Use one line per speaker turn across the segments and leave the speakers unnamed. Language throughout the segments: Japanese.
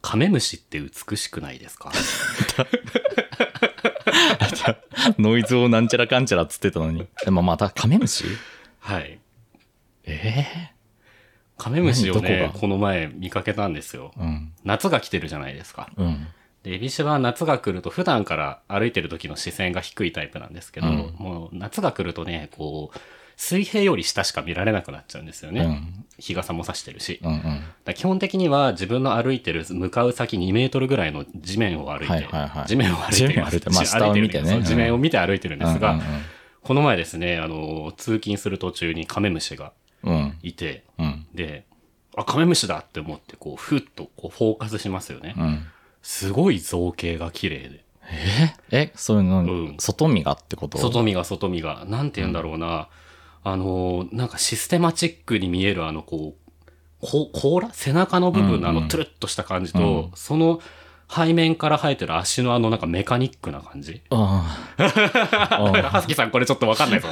カメムシって美しくないですか
ノイズをなんちゃらかんちゃらっつってたのに。でもまたカメムシ
はい。
え
カメムシを
何ど
ね
こ、が
この前見かけたんですよ
え。うん。
夏が来てるじゃないですか。
うん。
で、エビシは夏が来ると普段から歩いてる時の視線が低いタイプなんですけど、
うん
もう夏が来るとね、こう、水平より下しか見られなくなっちゃうんですよね。
うん
日傘も差してるし。
うんうん。
だから基本的には自分の歩いてる向かう先2メートルぐらいの地面を歩いて、
はいはいはい
地面を歩いて
地面を歩いてまあ
地
下を見て
歩いるんで
ね
すよ
うん
地面を見て歩いてるんですが、
うん
この前ですね、あの、通勤する途中にカメムシが
うんうん。
いて、
うん。
で、あ、カメムシだって思って、こう、ふっとこうフォーカスしますよね。
うん。
すごい造形が綺麗で。
え、そういう
うん
の、外見がってこと
外見が外見が、なんて言うんだろうな、あの、なんかシステマチックに見えるあの、こう、こ甲羅背中の部分のあ
うんう
の、
ん
トゥルッとした感じと、
うん
その背面から生えてる足のあの、なんかメカニックな感じ。
ああ。
はすきさんこれちょっとわかんないぞ。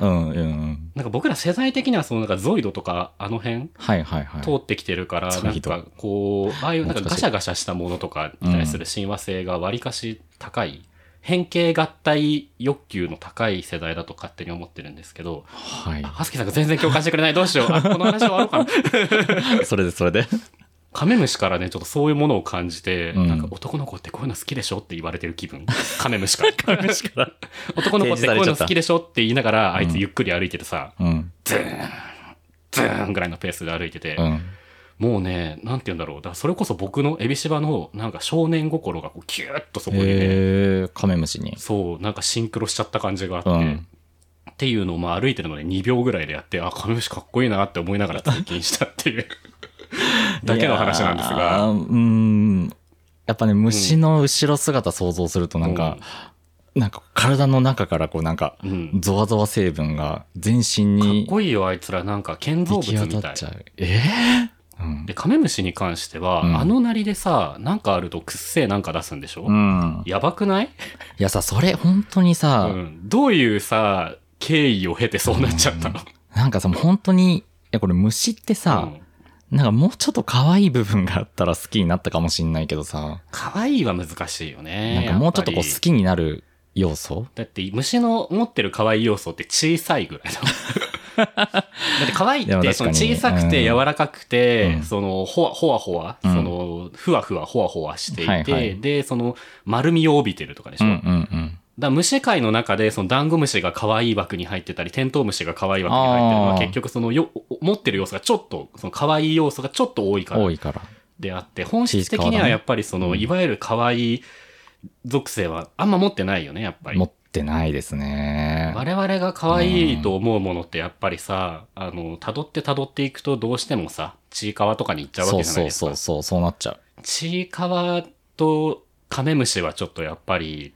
うんうんうん。
なんか僕ら世代的にはそのなんかゾイドとかあの辺
はいはいはい。
通ってきてるから、
ゾ
なん
イド
かこう、ああいうなんかガ
懐かしい
シャガシャしたものとかに対する親和性がわりかし高い、変形合体欲求の高い世代だと勝手に思ってるんですけど、
はい
あ。はすきさんが全然共感してくれない。どうしよう。あ、この話終わろうかな。
それでそれで。
カメムシからね、ちょっとそういうものを感じて、
うん
なんか男の子ってこういうの好きでしょって言われてる気分。カメムシ から。男の子ってこういうの好きでしょって言いながら、あいつゆっくり歩いててさ、
うん。
ズーンぐらいのペースで歩いてて、
うん。
もうね、なんて言うんだろう。だからそれこそ僕のエビシバのなんか少年心がこうキューッとそこにね、
えー、カメムシに。
そう、なんかシンクロしちゃった感じがあって、
うん
っていうのをまあ歩いてるので2秒ぐらいでやって、あ、カメムシかっこいいなって思いながら通勤したって いうだけの話なんです
いや
が、
ー。うん。やっぱね、虫の後ろ姿想像するとなんか、なんか体の中からこうなんか、
うん。
ゾワゾワ成分が全身
かっ
に
こいいよ、あいつら。なんか建造
行
物
き
み
当た
たい
っち。ゃう。ええうん
で、カメムシに関しては、
うん
あのなりでさ、なんかあるとくっせえなんか出すんでしょ、
うん。
やばくない、
いやさ、それ本当に
う
さ、
ん、どういうさ、経緯を経てそうなっちゃったの、
なんかさ、もう本当に、いやこれ虫ってさ、
うん
なんかもうちょっと可愛い部分があったら好きになったかもしんないけどさ、
可愛いは難しいよね。
なんかもうちょっとこう
やぱり
好きになる要素
だって虫の持ってる可愛い要素って小さいぐらい だもんだって可愛い
いや
っ
確か
て
に
その小さくて
うん
柔らかくて、
うん
そのほわほわほわ、
うん
そのふわふわほわほわしていて、
はいはい
でその丸みを帯びてるとかでし
う
ょ、
ん
だ
う
か
んうん。
ら虫界の中でそのダンゴムシが可愛い枠に入ってたりテントウムシが可愛い枠に入ってるの
あ
は
ー
結局そのよ持ってる要素がちょっとその可愛い要素がちょっと多いから
多いから。
であって、本質的
チーズ
に
皮だ
は
ね
やっぱりその、いわゆる可愛い属性はあんま持ってないよね、やっぱ
持
り
っ。てないですね。
我々が可愛いと思うものってやっぱりさ、あの、辿って辿っていくとどうしてもさ、ちいかわとかに行っちゃうわ
そ
け
う
じゃない
そ
で
う
す
そ
か
う。そう、そうなっちゃう。
ちいかわとカメムシはちょっとやっぱり、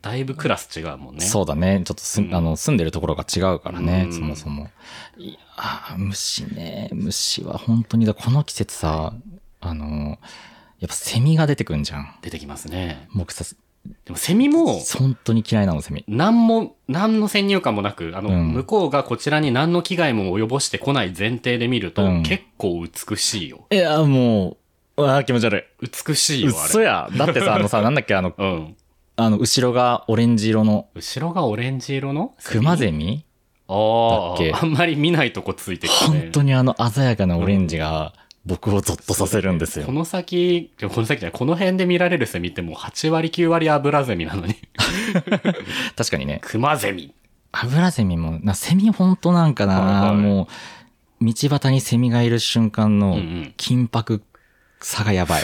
だいぶクラス違うもんね。
そうだね。ちょっとす、
うん
あの住んでるところが違うからね、
うん
そもそも。いやー虫ね。虫は本当にだ、この季節さ、あの、やっぱセミが出てくんじゃん。
出てきますね。
僕さ、
でもセミも、
本当に嫌いなの、セミ。
何も、何の先入観もなく、あの、
うん
向こうがこちらに何の危害も及ぼしてこない前提で見ると、
うん
結構美しいよ。
いやー、もう、うわー気持ち悪
美しい
い。
よ、あ
嘘
れ。
や。だってさ、あの さ、なんだっけ、あの、
うん。
あの、後ろがオレンジ色の
後ろがオレンジ色の
クマ
ゼ
ゼミ
あ
だっけ
あ、あんまり見ないとこついてきたね。
本当にあの鮮やかなオレンジが僕をゾッとさせるんですよ
こ。の先、この先じゃない、この辺で見られるセミってもう8割9割アブラゼミなのに。
確かにね。
クマゼミ。
アブラゼミも、な、セミほんとなんかな、
はいはい
もう、道端にセミがいる瞬間
うん
の
うん
緊迫さがやばい。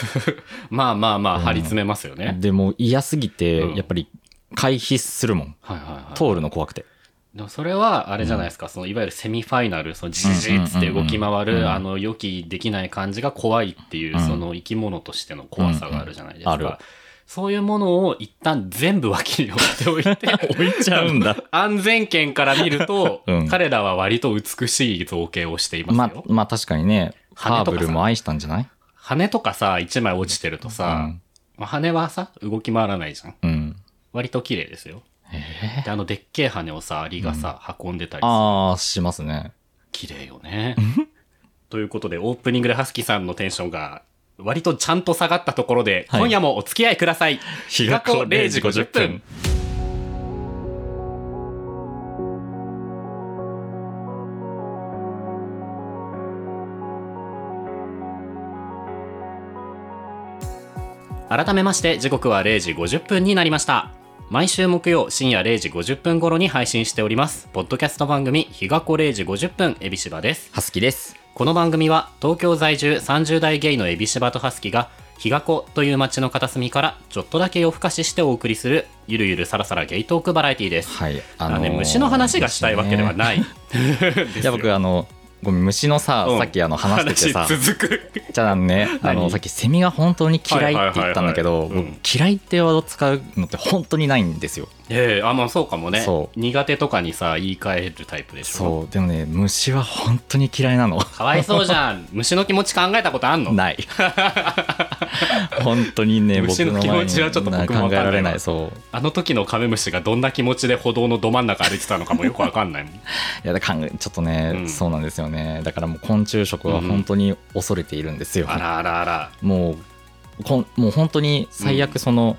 まあまあまあ、張り詰めますよ ね。
でもう嫌すぎて
うん、
やっぱり回避するもん。
はいはいはい。
通るの怖くて。
でもそれは、あれじゃないですか、そのいわゆるセミファイナル、そのじじじっつって動き回
うんうんうんう
る、
ん
あの予期できない感じが怖いっていう、
うん
その生き物としての怖さがあるじゃないです
うんうんあ
か
る。
そういうものを一旦全部脇に置いておいて、
置いちゃうんだ。
安全圏から見ると、
うん
彼らは割と美しい造形をしていますよ。
ま、まあ確かにね、ハ
羽
ー
とかさ
ブルも愛したんじゃない
羽とかさ、一枚落ちてると
う
さ、
ん
まあ羽はさ、動き回らないじゃん。
うん。
割と綺麗ですよ。
ええ
で、あの、でっけえ羽をさ、アリがさ、運んでたりさ、
ああ、しますね。
綺麗よね。ということで、オープニングでハスキーさんのテンションが割とちゃんと下がったところで、
はい
今夜もお付き合いください。
日
がこ0時50分。改めまして時刻は0時50分になりました毎週木曜深夜0時50分頃に配信しておりますポッドキャスト番組日がこ0時50分エビシバです
はすきです。
この番組は東京在住30代ゲイのエビシバとハスキが日が子という街の片隅からちょっとだけ夜更かししてお送りするゆるゆるさらさらゲイトークバラエティです、
はい。
あのね虫の話がしたいわけではない、
いや僕あのごめん虫のさ、
うん
さっきあの話しててさ
話続く
じゃあねあの
何
さっきセミが本当に嫌いって言ったんだけ
は
ど
いはいはいはい
僕嫌いってワード使うのって本当にないんですよ
ええあまあそうかもね
そ
苦手とかにさ言い換えるタイプでしょ
そうでもね虫は本当に嫌いなの
かわいそうじゃん 虫の気持ち考えたことあんの
ない本当にね僕
虫の
の
気
前
持ちはちょっと僕もわか
に考え
んないわ
られないそう
あの時のカメムシがどんな気持ちで歩道のど真ん中歩いてたのかもよくわかんない もん
いやだから考えちょっとね、
うん
そうなんですよねだからもう昆虫食は本当に恐れているんですよ、
あらあらあら
もうこんもう本当に最悪その、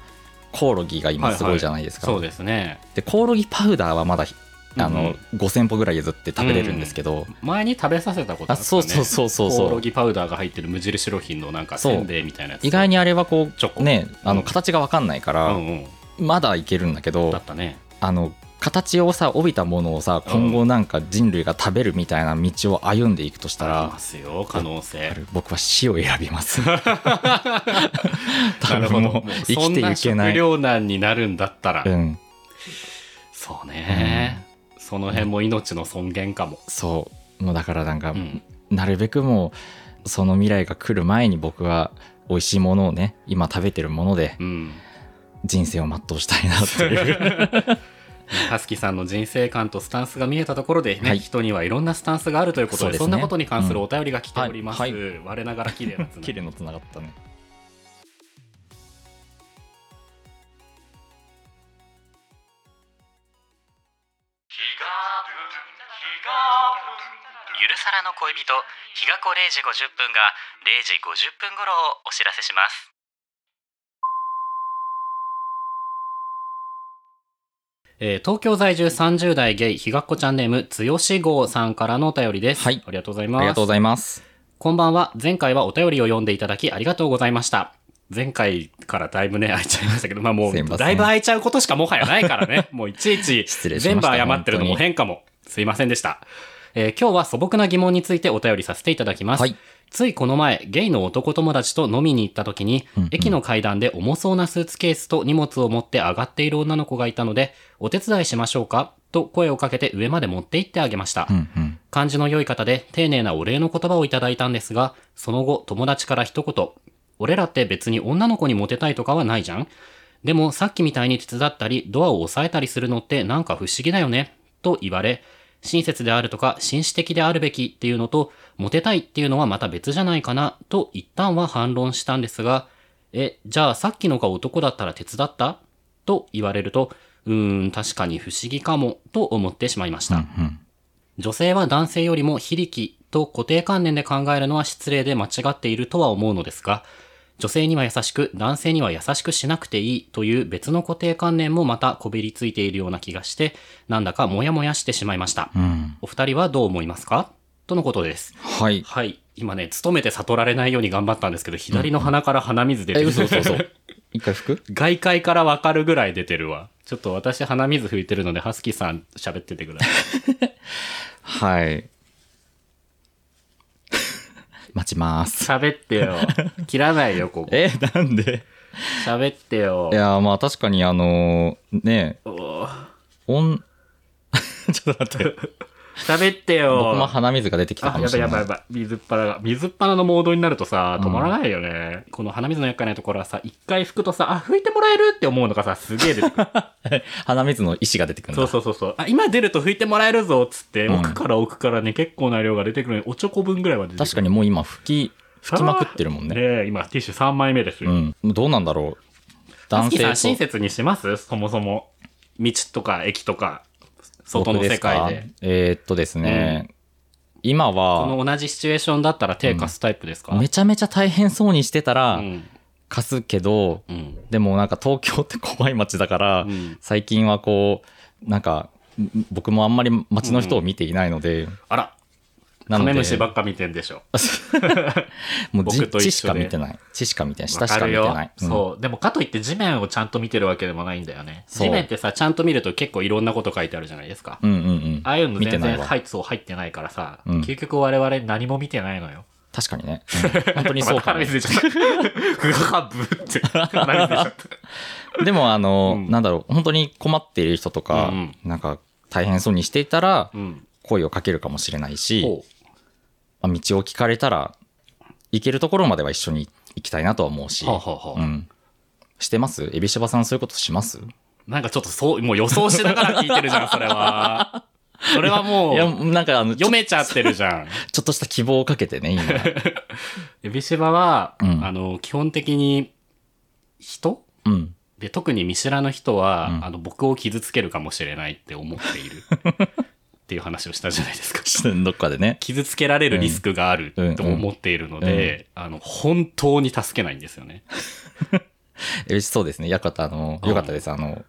コオロギが今すごいじゃないですか、
そうですね
でコオロギパウダーはまだあ
うんう
の、
ん
5,000歩ぐらい譲って食べれるんですけど、
前に食べさせたことあっ
あ
たね
そうそうそうそう
コオ
そ
ロ
う
ギパウダーが入ってる無印良品のなんか
そう
せんべいみたいなやつ
意外にあれはこ
チョコ
うねあ
う
の
ん
形が分かんないか
う
ら、
んうん
まだいけるんだけど
だったね
あの形をさ帯びたものをさ
うん
今後なんか人類が食べるみたいな道を歩んでいくとした
あり
ら
ま、すよ可能性
僕は死を選びま す
な
多
るほど
分もう
もう
生きていけ
そんな
ない
食糧難になるんだったら、
うん
そうね、その辺も命の尊厳かも、
そうもうだからなんか、
うん
なるべくもうその未来が来る前に僕は美味しいものをね今食べてるもので
うん、
人生を全うしたいなっていう
ハスキさんの人生観とスタンスが見えたところで、ね
はい
人にはいろんなスタンスがあるということで
そ
そ
うんですね
なことに関するお便りが来ております、
うん
我ながら綺麗なつな
綺麗のつながったね
ゆるさらの恋人日がこ0時50分が0時50分頃をお知らせします
えー東京在住30代ゲイひがっこちゃんネームつよしごさんからのお便りです、
はい
ありがとうございます
ありがとうございます
こんばんは。前回はお便りを読んでいただきありがとうございました。前回からだいぶね、空いちゃいましたけど、まあも
すいませ
う、
ん
だいぶ空いちゃうことしかもはやないからね。 もういちいち
失礼、しま
全部
し
謝
た
ってるのも変かも。すいませんでした。えー今日は素朴な疑問についてお便りさせていただきます。
はい
ついこの前、ゲイの男友達と飲みに行った時に、
うんうん
駅の階段で重そうなスーツケースと荷物を持って上がっている女の子がいたので、お手伝いしましょうかと声をかけて上まで持って行ってあげました。
うんうん
感じの良い方で丁寧なお礼の言葉をいただいたんですが、その後友達から一言、俺らって別に女の子にモテたいとかはないじゃんでもさっきみたいに手伝ったり、ドアを押さえたりするのってなんか不思議だよねと言われ、親切であるとか紳士的であるべきっていうのと、モテたいっていうのはまた別じゃないかなと一旦は反論したんですが、え、じゃあさっきのが男だったら手伝ったと言われると、うーん、確かに不思議かもと思ってしまいまし
う
た。
んうん
女性は男性よりも非力と固定観念で考えるのは失礼で間違っているとは思うのですが、女性には優しく、男性には優しくしなくていいという別の固定観念もまたこびりついているような気がして、なんだかモヤモヤしてしまいました。
うん
お二人はどう思いますかとのことです。
はい
はい。今ね、勤めて悟られないように頑張ったんですけど、左の鼻から鼻水出て
え
る。
嘘嘘嘘一回服
外界からわかるぐらい出てるわ。ちょっと私鼻水拭いてるので、ハスキーさん喋っててください。
はい 待ちます
喋ってよ。 切らないよ、ここ。
えなんで
喋ってよ
い。やまあ確かにあのね
おー
おん ちょっと待って
喋って
僕も
よ。
鼻水が出てきた
あ、
か
や
も
ば
し
い
れ
やばいや
ない
ばい。水っ腹が。水っ腹のモードになるとさ、
うん
止まらないよね。この鼻水の厄介なところはさ、一回拭くとさ、あ、拭いてもらえるって思うのがさ、すげえ出て くる。
鼻水の石が出てくるん
そう
だ
そうそうそう。あ、今出ると拭いてもらえるぞっつって、
うん
奥から奥からね、結構な量が出てくるのに、おちょこ分ぐらいは出てくる。
確かにもう今吹き吹きまくってるもんね
ねえ今、ティッシュ3枚目です
う
よ。
んどうなんだろう
ハス
男
キーさん、
性
親
と
切にしますそもそも。道とか駅とか、外の
僕
世
ですか
界で。
えーっとですね今
こ
は
の同じシチュエーションだったら手貸すタイプですか、
めちゃめちゃ大変そうにしてた
う
ら
ん。
貸すけど、
うん。
でもなんか東京って怖い街だから、
うん
最近はこうなんかん僕もあんまり街の人を見ていないので、
あら、
な
カ
ので
メムシばっか見てんでしょ。
もうじ
僕と一緒で
地しか見てない地しか見てない下
わ
し
か
か
る
見て
よ
ない。うん
そう。でもかといって地面をちゃんと見てるわけでもないんだよね。
そう
地面ってさ、ちゃんと見ると結構いろんなこと書いてあるじゃないですか。
うんうんうん
ああいうの
見て
全
ない
然
わ
入っそう入ってないからさ、
うん
究極我々何も見てないのよ。
確かにね、うん本当に
そ
そううか
か。
も
鼻水出ちゃった。ふはぶって。鼻水出ちゃっ
でもあの、
うん
なんだろう本当に困っている人とか、
うん
なんか大変そうにしていたら
た。 うん。
声をかけるかもしれないし、
ほ
まあ、道を聞かれたら行けるところまでは一緒に行きたいなとは思うし、
う。はあ、はあはあ
うん、してますエビシバさんそういうことします
なんかちょっとそう、もう予想しながら聞いてるじゃん、それ は。それはも、
いうやなんか あのちょ
読めちゃってるじゃん。
ちょっとした希望をかけてね 今
エビシバは、
うん
あの、基本的に人
うん
で、特に見知らぬ人は、
うん
あの、僕を傷つけるかもしれないって思ってい る。っていう話をしたじゃないですか。
どっかでね
傷つけられるリスクがあると思っているので、あの、本当に助けないんですよ ね。
エビシそうですねよかったあの
うん
よかったですあの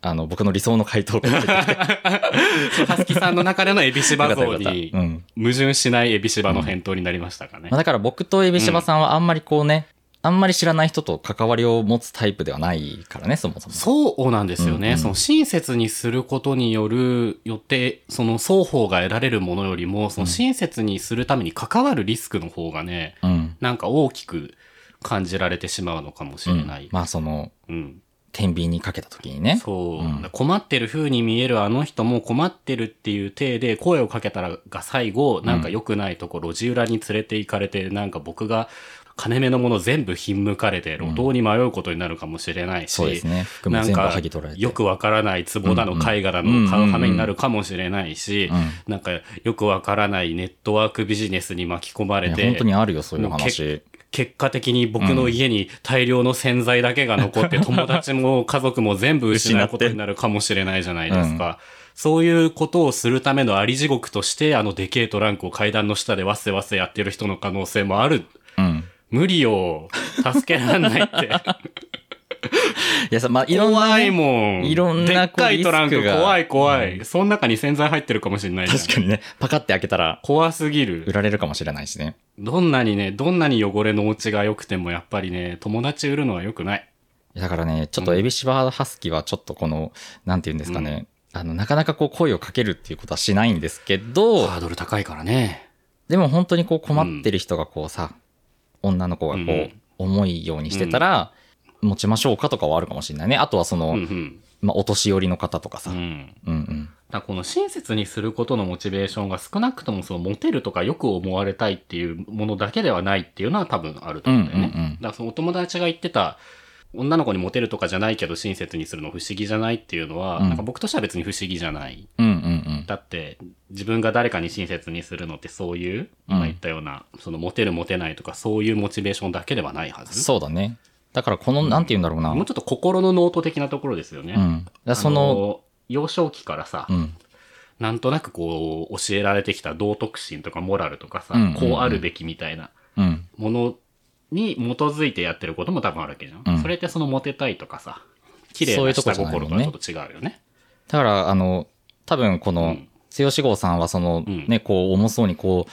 あの僕の理想の回答が出てきてよ
たすきさんの中でのエビシ
か
バ
った
像
よかった、
に
う、ん
矛盾しないエビシバの返答になりましたかね
まあ、。だから僕とエビシバさんはあんまりこうね、あんまり知らない人と関わりを持つタイプではないからねそもそも
そうなんですよね。
うんうん
その親切にすることによる、よって、その双方が得られるものよりも、その親切にするために関わるリスクの方がね、
うん
なんか大きく感じられてしまうのかもしれない。
うんまあその
うん
天秤にかけた時にね
そう、
うん
困ってる風に見えるあの人も困ってるっていう体で声をかけたらが最後、なんか良くないとこ路地裏に連れて行かれて、なんか僕が金目のもの全部ひんむかれて路頭に迷うことになるかもしれないし、
そうですね服も
なん
全部
か
剥ぎ取られて
よくわからない壺だの
うんうん
絵画だの買う羽目になるかもしれないし
うん、
なんかよくわからないネットワークビジネスに巻き込まれ
いや
て
本当、にあるよそういう
もう
話
結果的に僕の家に大量の洗剤だけが残って、友達も家族も全部失うことになるかもしれないじゃないですか。そういうことをするためのあり地獄として、あのでけえトランクを階段の下でわせわせやってる人の可能性もある。
うん
無理よ。助けらんないって。
いやさまあいろんな
怖
ね
いもん。
いろん
で
な
っかいトラン
こ
ク
うリスクが
怖い怖い。その中に洗剤入ってるかもしれない じゃん。
確かにねパカって開けたら
怖すぎ
売
る。
られるかもしれないしね
どんなにね、どんなに汚れの落ちが良くても、やっぱりね、友達売るのは良くない。
だからねちょっとエビシバハスキーはちょっとこのなんて言うんですかね、あのなかなかこう声をかけるっていうことはしないんですけど、
ハードル高いからね。
でも本当にこう困ってる人がこうさ、女の子がこ
う
うん重いようにしてたら、持ちましょうかとかはあるかもしれないね。あとはその、
うん
まあ、お年寄りの方とか
う
さ。
ん。う
うん
ん。
うん。
だからこの親切にすることのモチベーションが少なくともそのモテるとかよく思われたいっていうものだけではないっていうのは多分あると思うんだよね。
うんうんうん
だからそのお友達が言ってた女の子にモテるとかじゃないけど親切にするの不思議じゃないっていうのは、
うん
なんか僕としては別に不思議じゃない。
うんうんうん。
だって自分が誰かに親切にするのってそういう、
うん
今言ったようなそのモテるモテないとかそういうモチベーションだけではないはず。
そうだね。だからこの、なんて言うんだろうな。う。
もうんちょっと心のノート的なところですよね。
だからその、
幼少期からさ、
うん。
なんとなくこう、教えられてきた道徳心とかモラルとかさ、
うんうんうん
こうあるべきみたいな
うん。
ものに基づいてやってることも多分あるわけじゃん。
うん
それってそのモテたいとかさ、綺麗
そうい
な
うとこ
下
じゃないも
心
んね
とはちょっと違うよね。
だから、あの、多分こ
う
の
ん、
剛志剛さんはその、
うん
ね、こう、重そうにこ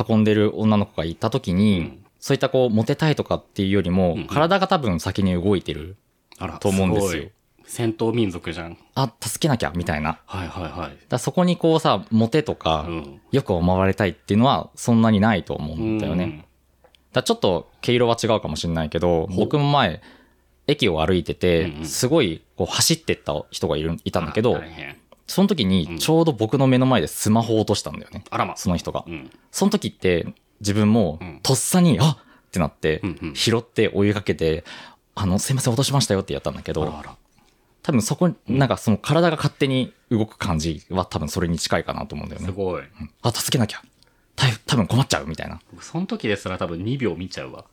う、運んでる女の子がいた時に、
うん
そういったこう、モテたいとかっていうよりも、
うんうん
体が多分先に動いてる
あら
と思うんですよ。
ごい戦闘民族じゃん。
あ、助けなきゃ、みたいな。
はいはいはい。
だからそこにこうさ、モテとか、
うん。
よく思われたいっていうのは、そんなにないと思うんだよね。だからちょっと毛色は違うかもしれないけ
ほ
ど、
う
僕も前、駅を歩いてて
うんう、ん
すごいこう走ってった人がいるいたんだけ
あ
ど
ら、大変
その時
うん
にちょうど僕の目の前でスマホを落としたんだよね。
あらま。
その人が
う。ん。
その時って、自分も
うん
とっさに、あっってなって
うんうん、
拾って追いかけて、あの、すいません、落としましたよってやったんだけ
あ
ど
ら、あら。
多分そこ、なんかその体が勝手に動く感じは多分それに近いかなと思うんだよ
す
ね。
ごい。
あ、助けなきゃ。た多分困っちゃうみたいな。
僕その時ですら多分2秒見ちゃうわ。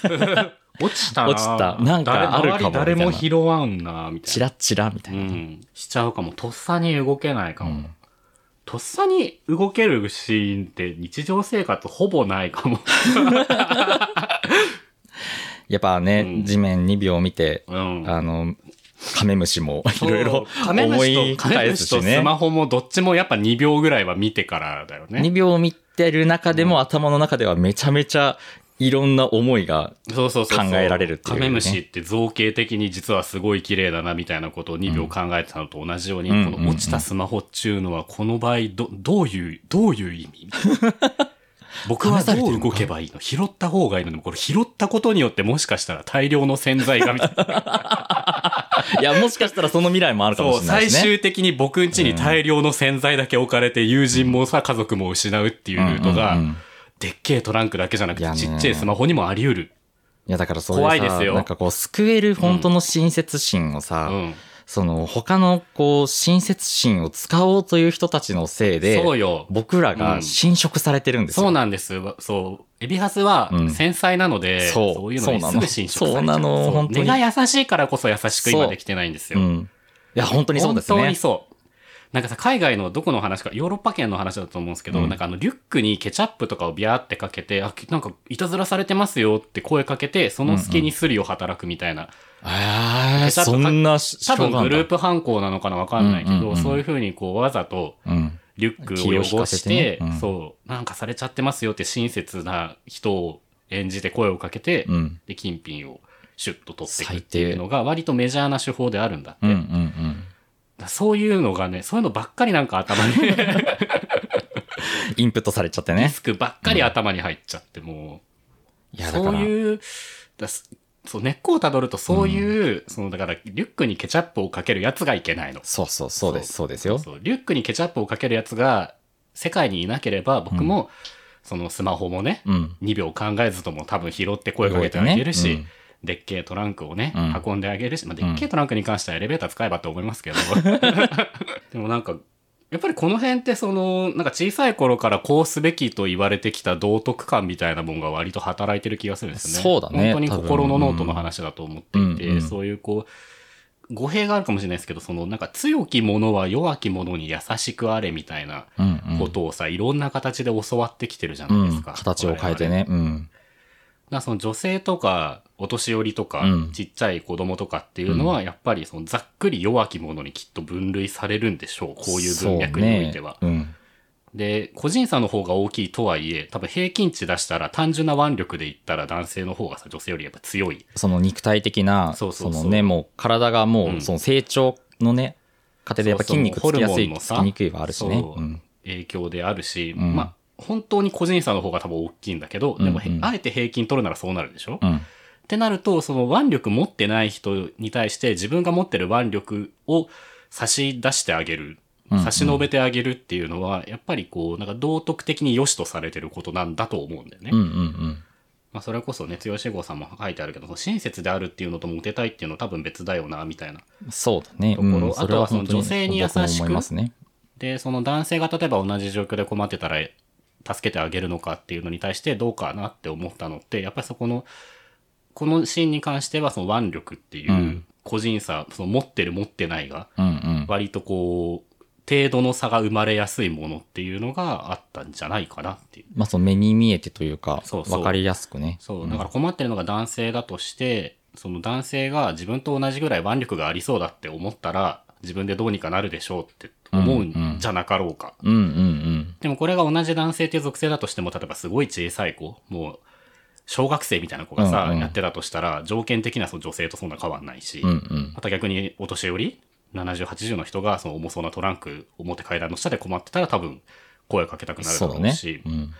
落ちたな
落ちたなんかあるかも
誰周り誰も
みた
拾わんなみたいな
チ。ラッチラみた
う
いな。
ん、しちゃうかも。とっさに動けないかも。
うん
とっさに動けるシーンって日常生活ほぼないかも。
やっぱね、
うん
地面2秒見て、
うん。
あの、カメムシもいろいろ
そうカメム
思
シ
い
と、カメ
返
ム
す
シ
し
とス
ね。
マホもどっちもやっぱ2秒ぐらいは見てからだよ
2
ね。
秒見てる中でも、頭の中ではめちゃめちゃいろんな思い が、
そうそうそうそう。
考えられるっていうね
カメムシって造形的に実はすごい綺麗だなみたいなことを2秒考えてたのと同じように、
うん
この落ちたスマホっちゅうのはこの場合ど、どういう、どういう意 味僕はどう動けばいいの拾った方がいいのでもこれ拾ったことによってもしかしたら大量の洗剤がみたい な。
いや、もしかしたらその未来もあるかも
そ
し
う、
れない
最
ですね。
終的に僕ん家に大量の洗剤だけ置かれて、友人もさ、家族も失うっていうルートが、
うんうんうん
でっけえトランクだけじゃなく
い
て
や、ね
ちっちゃいスマホにもあり得る。
いや、だからそういう
怖
さ
いですよ
なんかこう、救える本当の親切心をさ、
うん。
その、他のこう、親切心を使おうという人たちのせいで、
そうよ。
僕ら
う
が
ん
侵食されてるんですよ。
そうなんです。そう。エビハスは
うん
繊細なので、
そう
そういうのに
そうな
す
の
ぐ侵食されちゃう。
そうなの
そう
本当に
根が優しいからこそ優しく今できてないんですよ。
うん。いや、本当にそうですね。
本当にそう。なんかさ、海外のどこの話か、ヨーロッパ圏の話だと思うんですけど、
うん
なんかあの、リュックにケチャップとかをビャーってかけて、あ、なんか、いたずらされてますよって声かけて、その隙にスリを働くみたいな。
ああ、
ケチャップ
そんなし
多分グルー
プ。
プ犯行なのかなわかんないけど、
うんうんうん
そういう風にこう、わざと、
うん。
リュック
気
を
を引
汚
か
し
せ
て
てねうん
そう、なんかされちゃってますよって親切な人を演じて声をかけて、
うん。
で、金品をシュッと取っていくっていうのが割とメジャーな手法であるんだって。
うんうんう
だか
ん。
らそういうのがね、そういうのばっかりなんか頭 に、
インプットされちゃって
リ
ね。
スクばっかり頭に入っちゃって、も、
いうや、だ
そ
か
う
ら。
いう、だすそう根っこをたどるとそういう、そのだからリュックにケチャップをかけるやつがいけないの。
そうそうそうです、そうですよ。
そうリュックにケチャップをかけるやつが世界にいなければ僕も、そのスマホもね、
うん。
2秒考えずとも多分拾って声かけてあげるし、
動いてね
でっけえトランクをね、
うん
運んであげるし、まあ、で
うん
っけえトランクに関してはエレベーター使えばと思いますけど、 でもなんかやっぱりこの辺ってそのなんか小さい頃からこうすべきと言われてきた道徳感みたいなもんが割と働いてる気がするんですよね。
そうだね
本当に
多分
心のノートの話だと思っていて、
うんうん
そういうこう語弊があるかもしれないですけどそのなんか強き者は弱き者に優しくあれみたいな
うんうん。
ことをさ、いろんな形で教わってきてるじゃ
う
ないです
ん
か。
形を変えてね。うん。
だからその女性とか、お年寄りとか、
うん
ちっちゃい子供とかっていうのは、やっぱりそのざっくり弱き者にきっと分類されるんでしょう。こういう文脈においては。
そうねうん。
で、個人差の方が大きいとはいえ、多分平均値出したら単純な腕力で言ったら男性の方がさ、女性よりやっぱ強い。
その肉体的な、
そう
そ
そうそう
のね、もう体がも
うん
う、その成長のね、過程でやっぱ筋肉
そう
つ
そう
きやす
ホルモン
い、
の
つき
さ
にくいはあるしね。
そう
うん
影響であるし、
うん
まあ、本当に個人差の方が多分大きいんだけど、でもへ、
うんうん
あえて平均取るならそうなるでしょ、
うん。
ってなると、その腕力持ってない人に対して自分が持ってる腕力を差し出してあげる。
うんうん
差し伸べてあげるっていうのは、やっぱりこう、なんか道徳的に良しとされてることなんだと思うんだよね。
うんうんうん。
まあそれこそね、剛志郷さんも書いてあるけど、その親切であるっていうのとモテたいっていうのは多分別だよな、みたいな。
そうだね。
ところ
うん
あとはその
本当
女性に優しく
僕も思いますね。
で、その男性が例えば同じ状況で困ってたら助けてあげるのかっていうのに対してどうかなって思ったのって、やっぱりそこの、このシーンに関してはその腕力っていううん個人差、その持ってる持ってないが、
うんうん。
割とこう、程度の差が生まれやすいものっていうのがあったんじゃないかなっていう。
まあ、その目に見えてというか、
そうそう
わかりやすくね。
そう、
ん
だから困ってるのが男性だとして、その男性が自分と同じぐらい腕力がありそうだって思ったら、自分でどうにかなるでしょうって思うんじゃなかろうか。
うんうんうん。
でもこれが同じ男性っていう属性だとしても、例えばすごい小さい子、もう、小学生みたいな子がさ、
うんうん
やってたとしたら、条件的にはその女性とそんな変わんないし、
うんうん。
また逆にお年寄り、70、80の人がその重そうなトランクを持って階段の下で困ってたら多分声をかけたくなるだ
そう
ろ
だ
う
ね
し、。
うん。
だか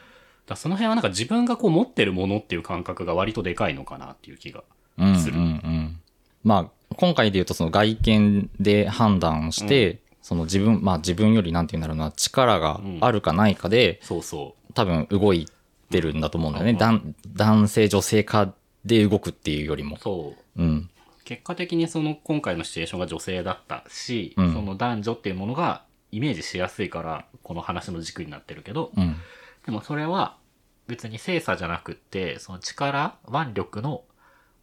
らその辺はなんか自分がこう持ってるものっていう感覚が割とでかいのかなっていう気が。
うんうんう
する
ん。まあ、今回で言うと、その外見で判断をして、その自分、まあ自分よりなんて言うんだろうな、力があるかないかで、
そうそ
多分動いてるんだと思うんだよね。
うん
男男性、女性化で動くっていうよりも
う。。そう。
うん。
結果的にその今回のシチュエーションが女性だったし、
うん
その男女っていうものがイメージしやすいから、この話の軸になってるけど、
うん。
でもそれは別に性差じゃなくって、その力、腕力の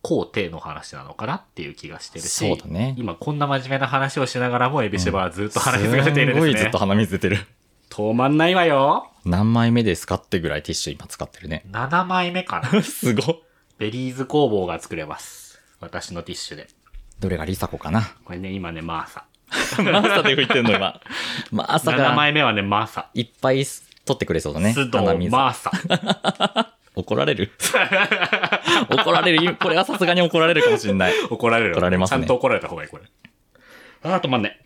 工程の話なのかなっていう気がしてるし、
そうだね。
今こんな真面目な話をしながらもエビシバはずっと鼻水が出ているんです
ご
ね。
いずっと鼻水出てる。
止まんないわよ。
何枚目ですかってぐらいティッシュ今使ってるね。
7枚目かな。
すごっ。
ベリーズ工房が作れます。私のティッシュで。
どれがリサコかな
これね、今ね、マーサ。
マーサで吹いてんの今。マーサ
7
が
枚目はね、マーサ。
いっぱい取ってくれそうだね。
須
鼻
藤
水
マーサ。
怒られる 怒られる。これはさすがに怒られるかもしれない。
怒られる。
怒られますね
ちゃんと怒られた方がいい、これ。あー、止まんね。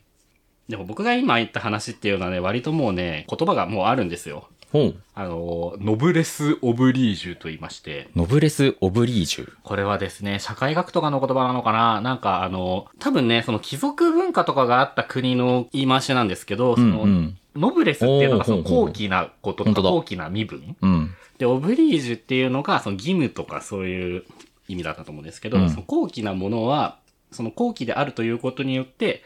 でも僕が今言った話っていうのはね、割ともうね、言葉がもうあるんですよ。
ほう。
あの、ノブレス・オブリージュと言いまして、
ノブレス・オブリージュ。
これはですね、社会学とかの言葉なのかななんかあの、多分ね、その貴族文化とかがあった国の言い回しなんですけど、その、
うん
ノブレスっていうのがそ
お
の
ーほうほう
高貴なことと
本当
か
だ
高貴な身分。
うん。
で、オブリージュっていうのがその義務とかそういう意味だったと思うんですけど、
うん
その高貴なものは、その高貴であるということによって、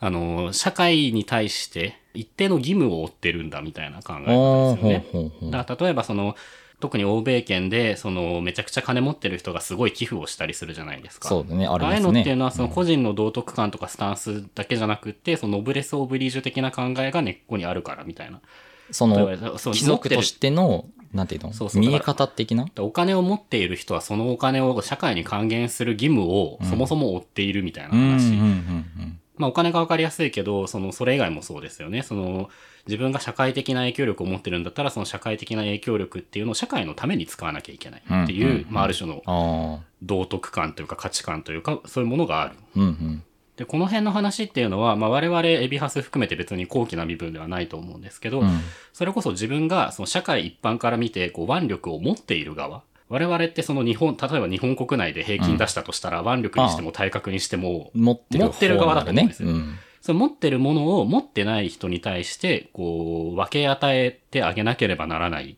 あの、社会に対して一定の義務を負ってるんだみたいな考え
お
方
ー
ですよ
ほう
ね。
ほうほう。
だから例えばその、特に欧米圏で、その、めちゃくちゃ金持ってる人がすごい寄付をしたりするじゃないですか。
そうだね、あり
ああ
ま
いう
す
の
ね。
っていうのは、その個人の道徳観とかスタンスだけじゃなくて、そのノブレス・オブリージュ的な考えが根っこにあるからみたいな。
その、
そう
貴族
持って
と
る
しての、なんていうの
そうそう
見え方的な
お金を持っている人はそのお金を社会に還元する義務をそもそも負っているみたいな
うんうん
話。
うん
まあお金がわかりやすいけど、そのそれ以外もそうですよね。その自分が社会的な影響力を持ってるんだったら、その社会的な影響力っていうのを社会のために使わなきゃいけないっていう、
うんうんうん
まあある種の
うん。ああ。
道徳観というか価値観というか、そういうものがある。
うんうん。
で、この辺の話っていうのは、まあ我々エビハス含めて別に高貴な身分ではないと思うんですけど、
うん
それこそ自分がその社会一般から見てこう腕力を持っている側。我々ってその日本、例えば日本国内で平均出したとしたら、腕力にしても体格にしても、
持ってる
持ってる側だと思うんですよ
方になるね。
その持ってるものを持ってない人に対して、こう、分け与えてあげなければならないっ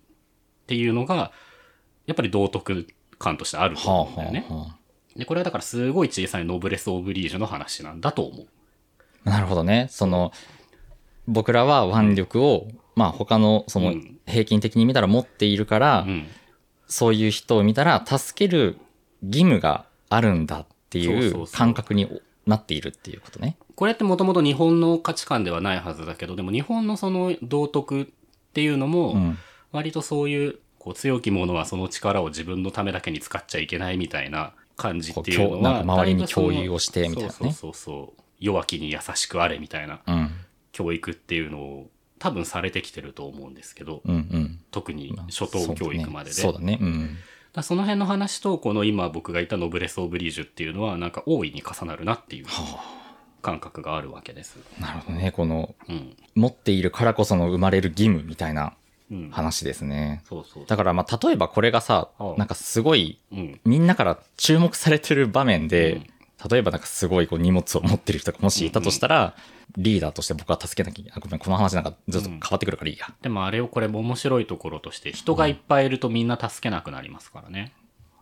ていうのが、やっぱり道徳感としてある
うん
と
はあ
思うんだよね。
はあは
で、これはだからすごい小さいノブレス・オブリージュの話なんだと思う。
あ。なるほどね。その、僕らは腕力を、まあ他の、そうの
ん、
平均的に見たら持っているから
う、ん。
そういう人を見たら、助ける義務があるんだってい
そうそう
う
そう
感覚になっているっていうことね。
これってもともと日本の価値観ではないはずだけど、でも日本のその道徳っていうのも、
うん。
割とそういう、こう強き者はその力を自分のためだけに使っちゃいけないみたいな感じっていうの
こうな
は。
んか周りに
だいぶその
共有をしてみたいなね
そうそうそうそう。弱きに優しくあれみたいな
うん。
教育っていうのを多分されてきてると思うんですけど、
うんうん。
特に初等教育までで。
そうだね。そうだねうん。
だからその辺の話と、この今僕が言ったノブレス・オブリージュっていうのはなんか大いに重なるなっていう感覚があるわけです。
なるほどね。この、
うん。
持っているからこその生まれる義務みたいな
うん。
話ですね。
そうそう
だからまあ、例えばこれがさ
ああ、
なんかすごい、
うん。
みんなから注目されてる場面で、
うん
例えばなんかすごいこう荷物を持ってる人がもしいたとしたら、リーダーとして僕は助けなきゃいけない。あごめん、この話なんかずっと変わってくるからいいや。
でもあれをこれも面白いところとして、人がいっぱいいるとみんな助けなくなりますからね。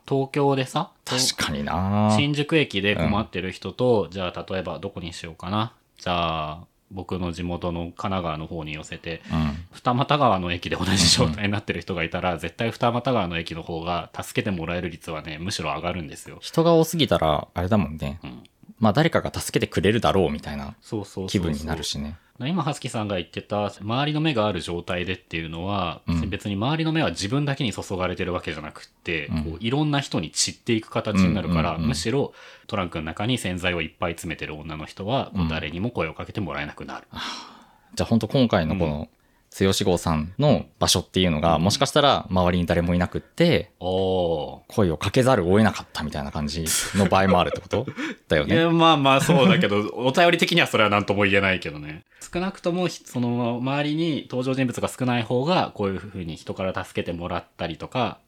東京でさ、
確かにな
新宿駅で困ってる人と、じゃあ例えばどこにしようかな。じゃあ、僕の地元の神奈川の方に寄せて、
うん。
二俣川の駅で同じ状態になってる人がいたら、絶対二俣川の駅の方が助けてもらえる率はね、むしろ上がるんですよ。
人が多すぎたら、あれだもんね。
うん
まあ誰かが助けてくれるだろうみたいな
そうそうそうそう
気分になるしね。
今、ハスキさんが言ってた、周りの目がある状態でっていうのは、
うん
別に周りの目は自分だけに注がれてるわけじゃなくって、
うん
こういろんな人に散っていく形になるから、
うんうんうん
むしろトランクの中に洗剤をいっぱい詰めてる女の人は、こう
うん
誰にも声をかけてもらえなくなる。
じゃあ本当今回のこの、剛号さんの場所っていうのが、もしかしたら周りに誰もいなくって、
お
声をかけざるを得なかったみたいな感じの場合もあるってことだよ
ー。
ね。
まあまあそうだけ ど、お便り的にはそれは何とも言えないけどね。少なくとも、ひその、周りに登場人物が少ない方が、こういうふうに人から助けてもらったりとか、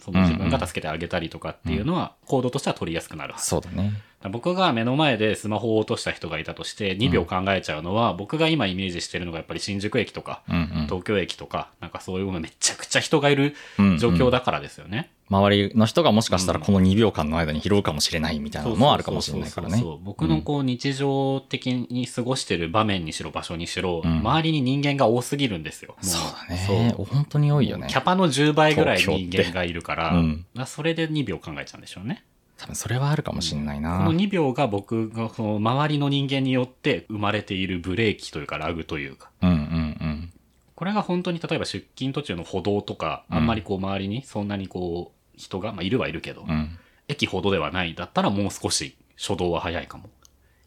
その自分が助けてあげたりとかっていうのは、行動としては取りやすくなるはず
そうだね。
僕が目の前でスマホを落とした人がいたとして2秒考えちゃうのは、僕が今イメージしてるのがやっぱり新宿駅とか
うんうん
東京駅とか、なんかそういうものめちゃくちゃ人がいる
うんうん
状況だからですよね。
周りの人がもしかしたらこの2秒間の間に拾うかもしれないみたいなのもあるかもしれないから
そう
ね
そうそう。そう僕のこう日常的に過ごしてる場面にしろ場所にしろ、
うん
周りに人間が多すぎるんですよ。も
そうだね。本当に多いよね。
キャパの10倍ぐらい
東京
人
って
間がいるから、
うん
まあそれで2秒考えちゃうんでしょうね。
多分それはあるかもしれない
こ
な。
の2秒が僕がその周りの人間によって生まれているブレーキというかラグというか、
うんうんうん。
これが本当に例えば出勤途中の歩道とか、
うん
あんまりこう周りにそんなにこう人が、まあ、いるはいるけど、
うん。
駅ほどではないだったらもう少し初動は早いかも。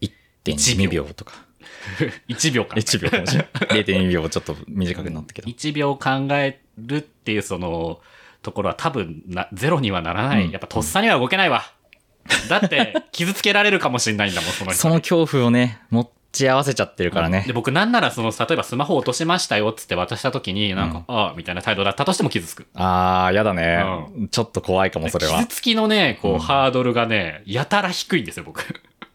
1.2秒とか。
1秒か。
1秒か もしれない。0.2秒ちょっと短くなったけど。
1秒考えるっていうそのところは多分なゼロにはならない、
うん
やっぱとっさには動けないわ、だ って傷つけられるかもしれないんだもんその人
その恐怖をね、持ち合わせちゃってるからね
で。僕なんならその例えばスマホ落としましたよっつって渡した時になんか、
うん
ああみたいな態度だったとしても傷つく
あー、やだね、ちょっと怖いかも、それは
傷。つきのねこう、
うん
ハードルがねやたら低いんですよ僕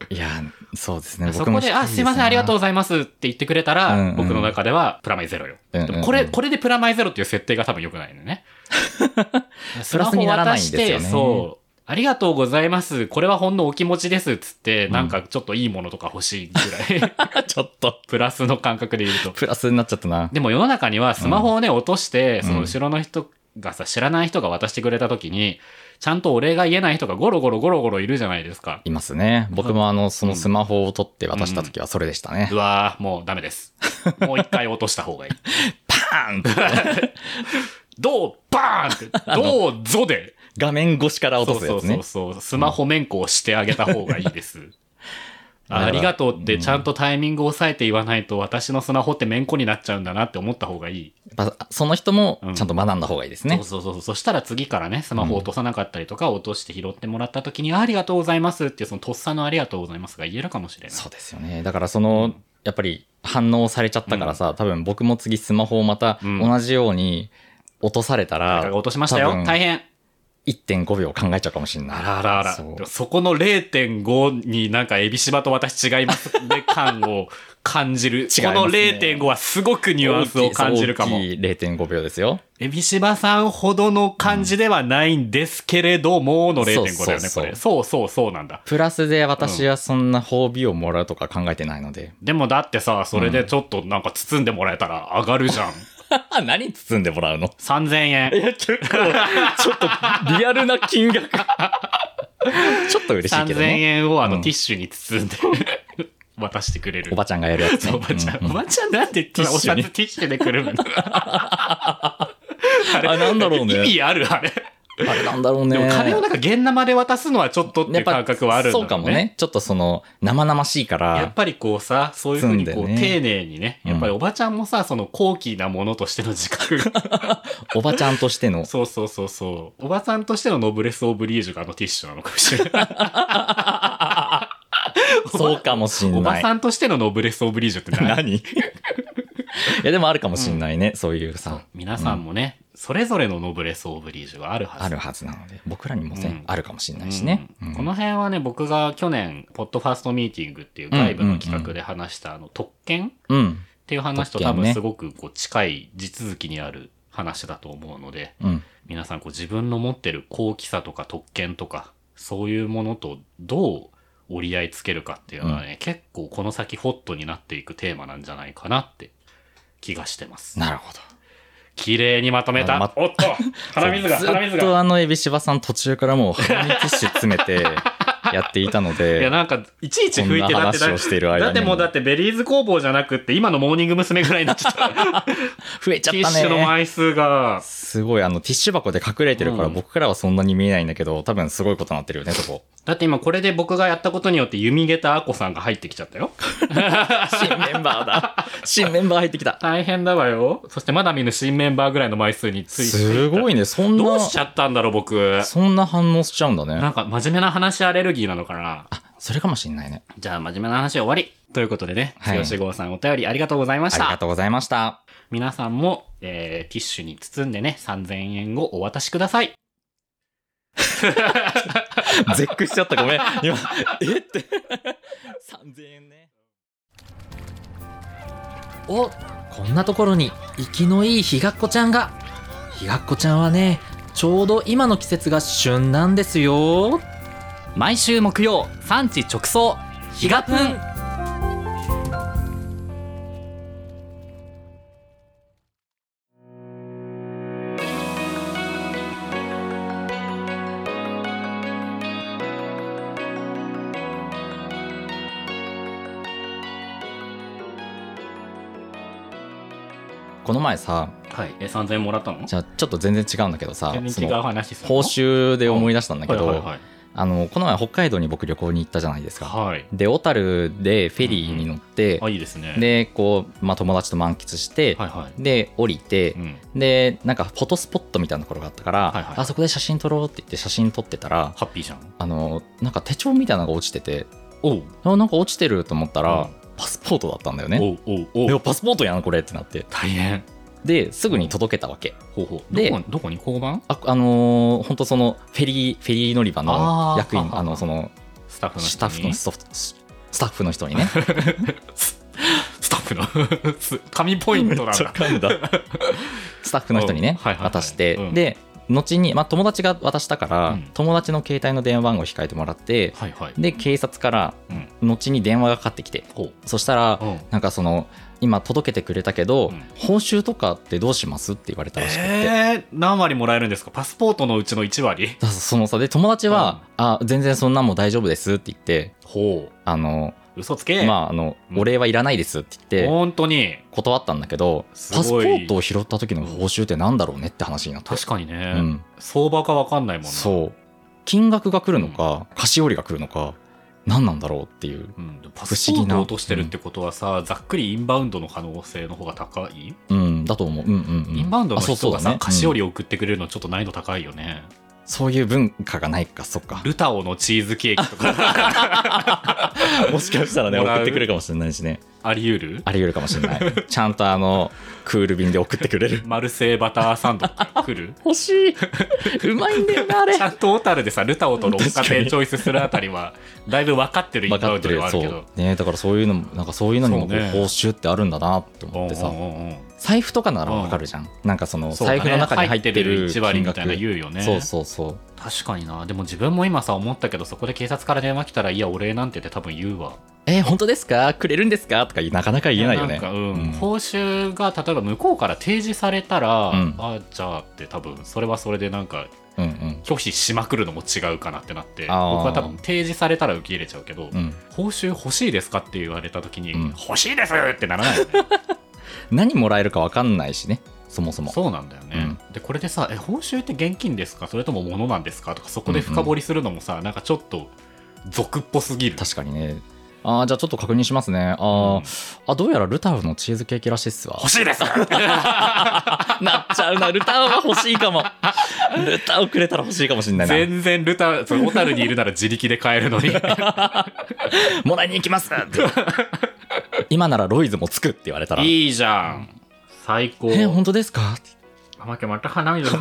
いや、そうですね。
そ
僕
こ
も
で「あすいませんありがとうご
う。
ざいます」って言ってくれたら、
うんうん
僕の中ではプラマイゼロよ、
うんうんうん
でもこれこれでプラマイゼロっていう設定が多分良くないのね
プラスにならないんですよね
スマホ渡してそうありがとうございます。これはほんのお気持ちです。つって、
ん
なんかちょっといいものとか欲しいぐ らい、
ちょっと、
プラスの感覚で言うと。
プラスになっちゃったな。
でも世の中にはスマホをね、落として、
うん
その後ろの人がさ、知らない人が渡してくれた時に、ちゃんとお礼が言えない人がゴロゴロゴロゴロいるじゃないですか。
いますね。僕もあの、そのスマホを取って渡した時はそれでしたね
う。わー、もうダメ です。もう一回落とした方がいい。
パーン って
どうバーン って、どうぞで、
画面越しから落
そう
とすや
そう
つ
そ
ね
う。そう、スマホ面子をしてあげた方がいいです。あありがとうってちゃんとタイミングを抑えて言わないと、私のスマホって面子になっちゃうんだなって思った方がいい。
やっぱその人もちゃんと学んだ方がいいですね。
そうそうそう。そしたら次からね、スマホ落とさなかったりとか、落として拾ってもらった時に、ありがとうございますっていう、そのとっさのありがとうございますが言えるかもしれない。
そうですよね。だからその、やっぱり反応されちゃったからさ、多分僕も次スマホをまた
うん
同じように落とされた
誰
ら
かが、落としましたよ
多。分
大変。
1.5秒考えちゃうかもしれない。
あらあらあら。
そう
でもそこの0.5になんかエビシバと私違いますね感を感じる。
違いますね
この0.5はすごくニュアンスを感じるかも
大。きい0.5秒ですよ。
エビシバさんほどの感じではないんですけれども、の0.5だよね、こ
そうそうそう
れ。そうそうそうなんだ。
プラスで私はそんな褒美をもらうとか考えてないので。
でもだってさ、それでちょっとなんか包んでもらえたら上がるじゃん。
何包んでもらうの
3000円。
や、結構、ちょっとリアルな金額。ちょっと嬉しい
3000
けどね。
円をあ
う
の
ん
ティッシュに包んで 渡してくれる
お。ばちゃんがやるやつね、
おばちゃん、
う
お
う
ばちゃんなんでティッシュにお札ティッシュでくるむのあれ
あなんだろうね
意味あるあれ。
あれなんだろうね。
でも金をなんか現生で渡すのはちょっとっていう感覚はあるんだろ
そううかも。ね。ちょっとその、生々しいか
やっ
ら、
ぱりこうさ、そういうふうにこ
包ん
う
でね
丁寧にね、やっぱりおばちゃんもさ、その高貴なものとしての自 覚が、
おばちゃんとして の、
そうそうそうそう、おばさんとしてのノブレス・オブリージュがあのティッシュなのかもしれ ない。
そうかもしん
お
な
ば
い。
さんとしてのノブレス・オブリージュって何
何 いや、でもあるかもしんないね。そういうさ、
皆さんもね、それぞれのノブレス・オブリージュがあるはず。
あるはずなので、僕らにもね、
うん
あるかもしんないしね。
う
うんん
この辺はね、僕が去年、ポッドファーストミーティングっていう外部の企画で話した、あの、特権
うん。
っていう話と
特権
多
ね
分すごくこう近い地続きにある話だと思うので、
うん。
皆さんこう自分の持ってる高貴さとか特権とか、そういうものとどう折り合いつけるかっていうのはね、結構この先ホットになっていくテーマなんじゃないかなって気がしてます。
なるほど。
綺麗にまとめた。
あま
おっと鼻水が
ずっ
鼻水が
とあの、エビシバさん途中からもう、鼻にティッシュ詰め てやっていたので。
いや、なんか、いちいち拭いて
こん
だ
な
ってだ
話をしている
だ
間にも
ってもうだってベリーズ工房じゃなくって、今のモーニング娘。ぐらいになっ ちゃった。
増えちゃっ
ティッ
た
シュの
ね。
枚数が。
すごい、あの、ティッシュ箱で隠れてるから、
うん
僕からはそんなに見えないんだけど、多分すごいことになってるよね、 そこ。
だって今これで僕がやったことによって、弓下駄アコさんが入ってきちゃったよ。
新メンバーだ。新メンバー入ってきた。
大変だわよ。そしてまだ見ぬ新メンバーぐらいの枚数について。
すごいね、そんな。
どうしちゃったんだろう、僕。
そんな反応しちゃうんだね。
なんか真面目な話アレルギーなのかな。
あ、それかもしんないね。
じゃあ真面目な話は終わり。ということでね、
はい
剛剛さんお便りありがとうございま
あ
し
りが
た。
とうございま した。
皆さんも、えー、ティッシュに包んでね、3000円をお渡しください。
絶句しちゃった、ごめん。今、えって。3000円ね。お、こんなところに、生きのいいひがっこちゃんが。ひがっこちゃんはね、ちょうど今の季節が旬なんですよ。
毎週木曜、産地直送、ひがぷん。
この前さ
はい。え、3000円もらったの
じゃあちょっと全然違うんだけどさ
全
そ
然違う
の
話するの
報酬で思い出したんだけ
はいはい
ど
はい。
あのこの前北海道に僕旅行に行ったじゃないですか。
はい。
で小樽でフェリーに乗って、
あ、いいですね。
でこう、まあ、友達と満喫して、
はいはい。
で降りて、
うん。
でなんかフォトスポットみたいなところがあったから、
はいはい
あそこで写真撮ろうって言って写真撮ってたら
ハッピーじゃん。
あのなんか手帳みたいなのが落ちてて
おう。
あなんか落ちてると思ったら、
うん
パスポートだったんだよね
おうおうお
いうやパスポートやんこれってなって
大変。
ですぐに届けたわけ
ほうほう。
で
どこ、どこに交番
ああの本当そのフェリーフェリー乗り場の
あー
役員
はは
あ
は
のその
スタッフの人に
スタッフのソフトススタッフの人にね
スタッフのす神ポイントなんだ。
噛んだ スタッフの人にね、
うんはいはいはい
渡して、
うん
で後に、まあ、友達が渡したから、
うん
友達の携帯の電話番号を控えてもらって
はいはい。
で警察から
うん。
後に電話がかかってきて
ほう。
そしたら、
うん。
なんかその今届けてくれたけど、
うん
報酬とかってどうしますって言われたらしくて、
えー、何割もらえるんですかパスポートのうちの1割
だからそのさで友達は、あ全然そんなんも大丈夫ですって言って
ほ
あの、
う。嘘つけ。
まああの
うん
お礼はいらないですって言って
本当に。
断ったんだけど
す
パスポ
ごい
ートを拾った時の報酬ってなんだろうねって話になって
確かにね。
うん
相場か分かんないもんね。
そう金額が来るのか、菓子折りが来るのか何なんだろうっていう、
うん、パ
不
ス
思
ポー
議な
トを落としてるってことはさ、ざっくりインバウンドの可能性の方が高い、
うん、だと思う、うんうんうん、
インバウンドの
あそうそ
人
う
が
だ
さ、
ね
菓子折
う
りを
ん
送ってくれるのちょっと難易度高いよね。
そういう文化がないかそっか
ルタオのチーズケーキとか
もしかしたら ね
もらう
送ってくれるかもしれないしね
あり得る
あり得るかもしれない ちゃんとあのクール便で送ってくれる
マルセイバターサンドとか来 る
欲しいうまいんだよなあれ
ちゃんと小樽でさ、ルタオと六花
確か
亭
に
チョイスするあたりは、だいぶ分かってるイン
分
バ
か
ウ
っ
ン
て
ドで
る
はある
そ
けど
う。ねだからそういうのもなんかそういうのにもこう
そうね
報酬ってあるんだなって思ってさ、
うんうんうん
財布とかならわかるじゃんなんかその
そうだね
財布の中に入ってる
1
金
割
額
みたいな言うよね。
そうそうそう
確かにな。でも自分も今さ、思ったけど、そこで警察から電話来たら、いや、お礼なんてって多分言うわ。
えー本当ですかくれるんですかとかなかなか言えないよね
んかうん
うん
報酬が例えば向こうから提示されたら、
うん
あじゃあって多分それはそれでなんか
うんうん
拒否しまくるのも違うかなってなって僕
あー
は多分提示されたら受け入れちゃうけど、
うん、
報酬欲しいですかって言われた時に、
うん
欲しいですってならないよね
何もらえるかわかんないしねそもそも
そうなんだよね、でこれでさえ報酬って現金ですかそれとも物なんですかとかそこで深掘りするのもさ、なんかちょっと俗っぽすぎる
確かにねあーじゃあちょっと確認しますねあー、
うん
あどうやらルタウのチーズケーキらしいっすわ
欲しいです
なっちゃうなルタウは欲しい かもルタウくれたら欲しいかもしんないな
全然ルタその小樽にいるなら自力で買えるのに
もらいに行きますって今ならロイズもつくって言われたら
いいじゃん最高
え本当ですか
浜家また 鼻水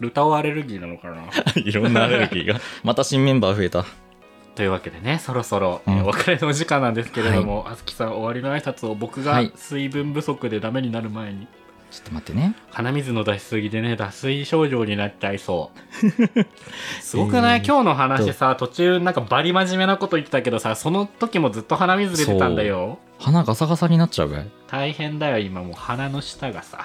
ルタオアレルギーなのかな
いろんなアレルギーが また新メンバー増えた
というわけでねそろそろ、
うん
えーお別れのお時間なんですけれども、あずきさん終わりの挨拶を僕
は
が
い
水分不足でダメになる前に、
ちょっと待ってね
鼻水の出しすぎでね脱水症状になっちゃいそう すごくない、
えー
今日の話さ途中なんかバリ真面目なこと言ってたけどさその時もずっと鼻水出てたんだよ
鼻ガサガサになっちゃうぐらい
大変だよ今もう鼻の下がさ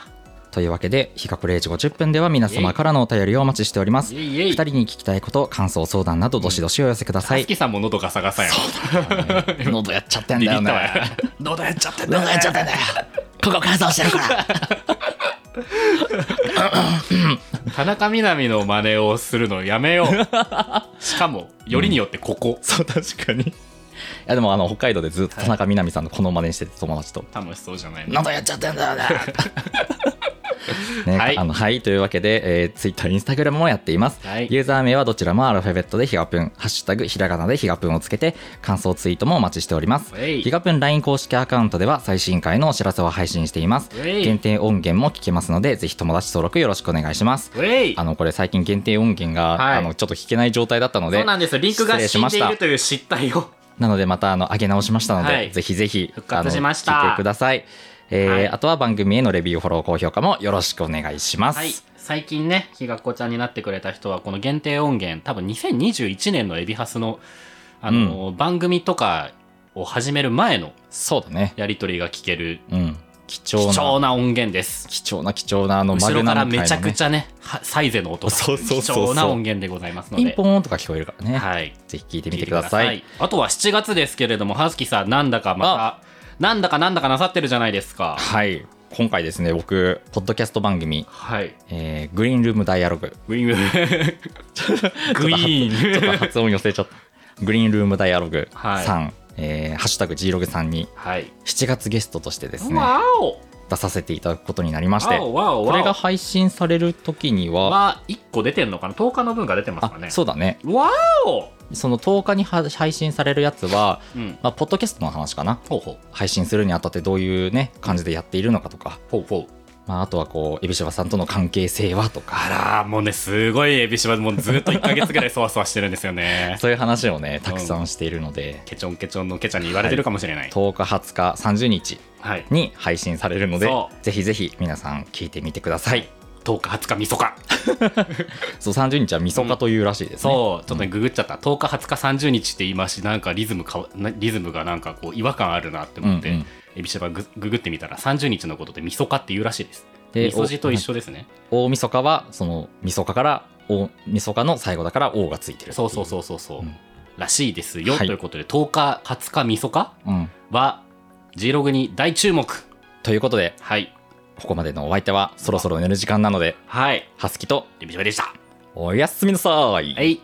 というわけで「日が暮れ0時50分」では皆様からのお便りをお待ちしております
イエイイエ
2
イ
人に聞きたいこと感想相談などどしどしお寄せくださ
あ
い
ずきさんも喉ガサガサやん
喉やっちゃってん
ビビ
だよ
ったわよ
ね
喉やっちゃってんだ
喉
よね
やっちゃってんだよここ乾燥してるから
田中みな実の真似をするのやめよう しかもよりによってここ、
そう確かにいやでもあの北海道でずっと田中みな実さんのこの真似してて友達と
楽しそうじゃないの
喉やっちゃってんだよね ね
はい
あのはいというわけで、えー、Twitter、Instagram もやっています。
はい
ユーザー名はどちらもアルファベットでヒガプン、ハッシュタグひらがなでヒガプンをつけて、感想ツイートもお待ちしております。
えい
ヒガプン LINE 公式アカウントでは最新回のお知らせを配信しています。
えい
限定音源も聞けますので、ぜひ友達登録よろしくお願いします。
ウェイ
あの、これ最近限定音源が、
はい
あの、ちょっと聞けない状態だったの
そ
で、
うなんですリンクが
失礼
死
し
ん
ま
で
し
い
た
るという失態を
なのでまたあの上げ直しましたので、
はい
ぜひぜひ
復活しました
あの聞いてください、えー
はい
あとは番組へのレビューフォロー高評価もよろしくお願いします、
はい最近ねひがっこちゃんになってくれた人はこの限定音源多分2021年のエビハスのあの、番組とかを始める前の
そうだね
やり取りが聞ける
うん貴
貴
重な貴
重
重な
な音源です
貴重なあの
後ろからめちゃく
ゃ
ちゃねはサイゼの音が
そうそうそうそう
貴重な音源でございますの
ピン
で
ポーンとか聞こえるからね、
はい
ぜひ聞いてみてください
聞てくださいあとは7月ですけれども、ハスキーさん、なんだかまた、なんだかなんだかなさってるじゃないですか。
はい今回ですね僕ポッドキャスト番組、
はい。
えーグリーンルームダイアログ
グリーンル ーム。グリ
ちょっと
ーン。
発音寄せちゃったグリーンルームダイアログ
はい
さん、えーハッシュタグ G ログさんに
はい。
7月ゲストとしてですね
わお
出させていただくことになりまして
わおわお
これが
わ
配信される時に
お。
は
は、1個出てんのかな ?10 日の分が出てます
あ
かね。
そうだね
わお
その10日には配信されるやつは、
うん。
まあ、ポッドキャストの話かな
ほうほう。
配信するにあたってどういうね感じでやっているのかとか、
ほうほう。
まあ、あとはこう海老柴さんとの関係性はとか
あらー、もうね、すごいエビシバ、もうずっと1ヶ月ぐらいそわそわしてるんですよね。
そういう話をねたくさんしているので、
ケチョンケチョンのケチャンに言われてるかもしれない。
10日20日30日
はい。
に配信されるので
そ
ぜひぜひ皆さん聞いてみてください
10日、20日、みそか。
そう30日はみそかというらしいですね、
そう、 ちょっとねググっちゃった。10日、20日、30日って言い回し、なんかリズムかわ、なリズムがなんかこう違和感あるなって思って、
うんうん
エビシバグググってみたら、30日のことでみそかって言うらしいです。
で
みそじと一緒ですね。
お大晦日はそのみそかから大晦日の最後だから「お」がついてる、
そうそうそううそうそう。
うん
らしいですよ、
はい
ということで、10日、20日、みそか
うん、
は、G ログに大注目。
ということで
はい。
ここまでのお相手はそろそろ寝る時間なので
はい。
ハスキと
エビシバでした。
おやすみなさい
はい。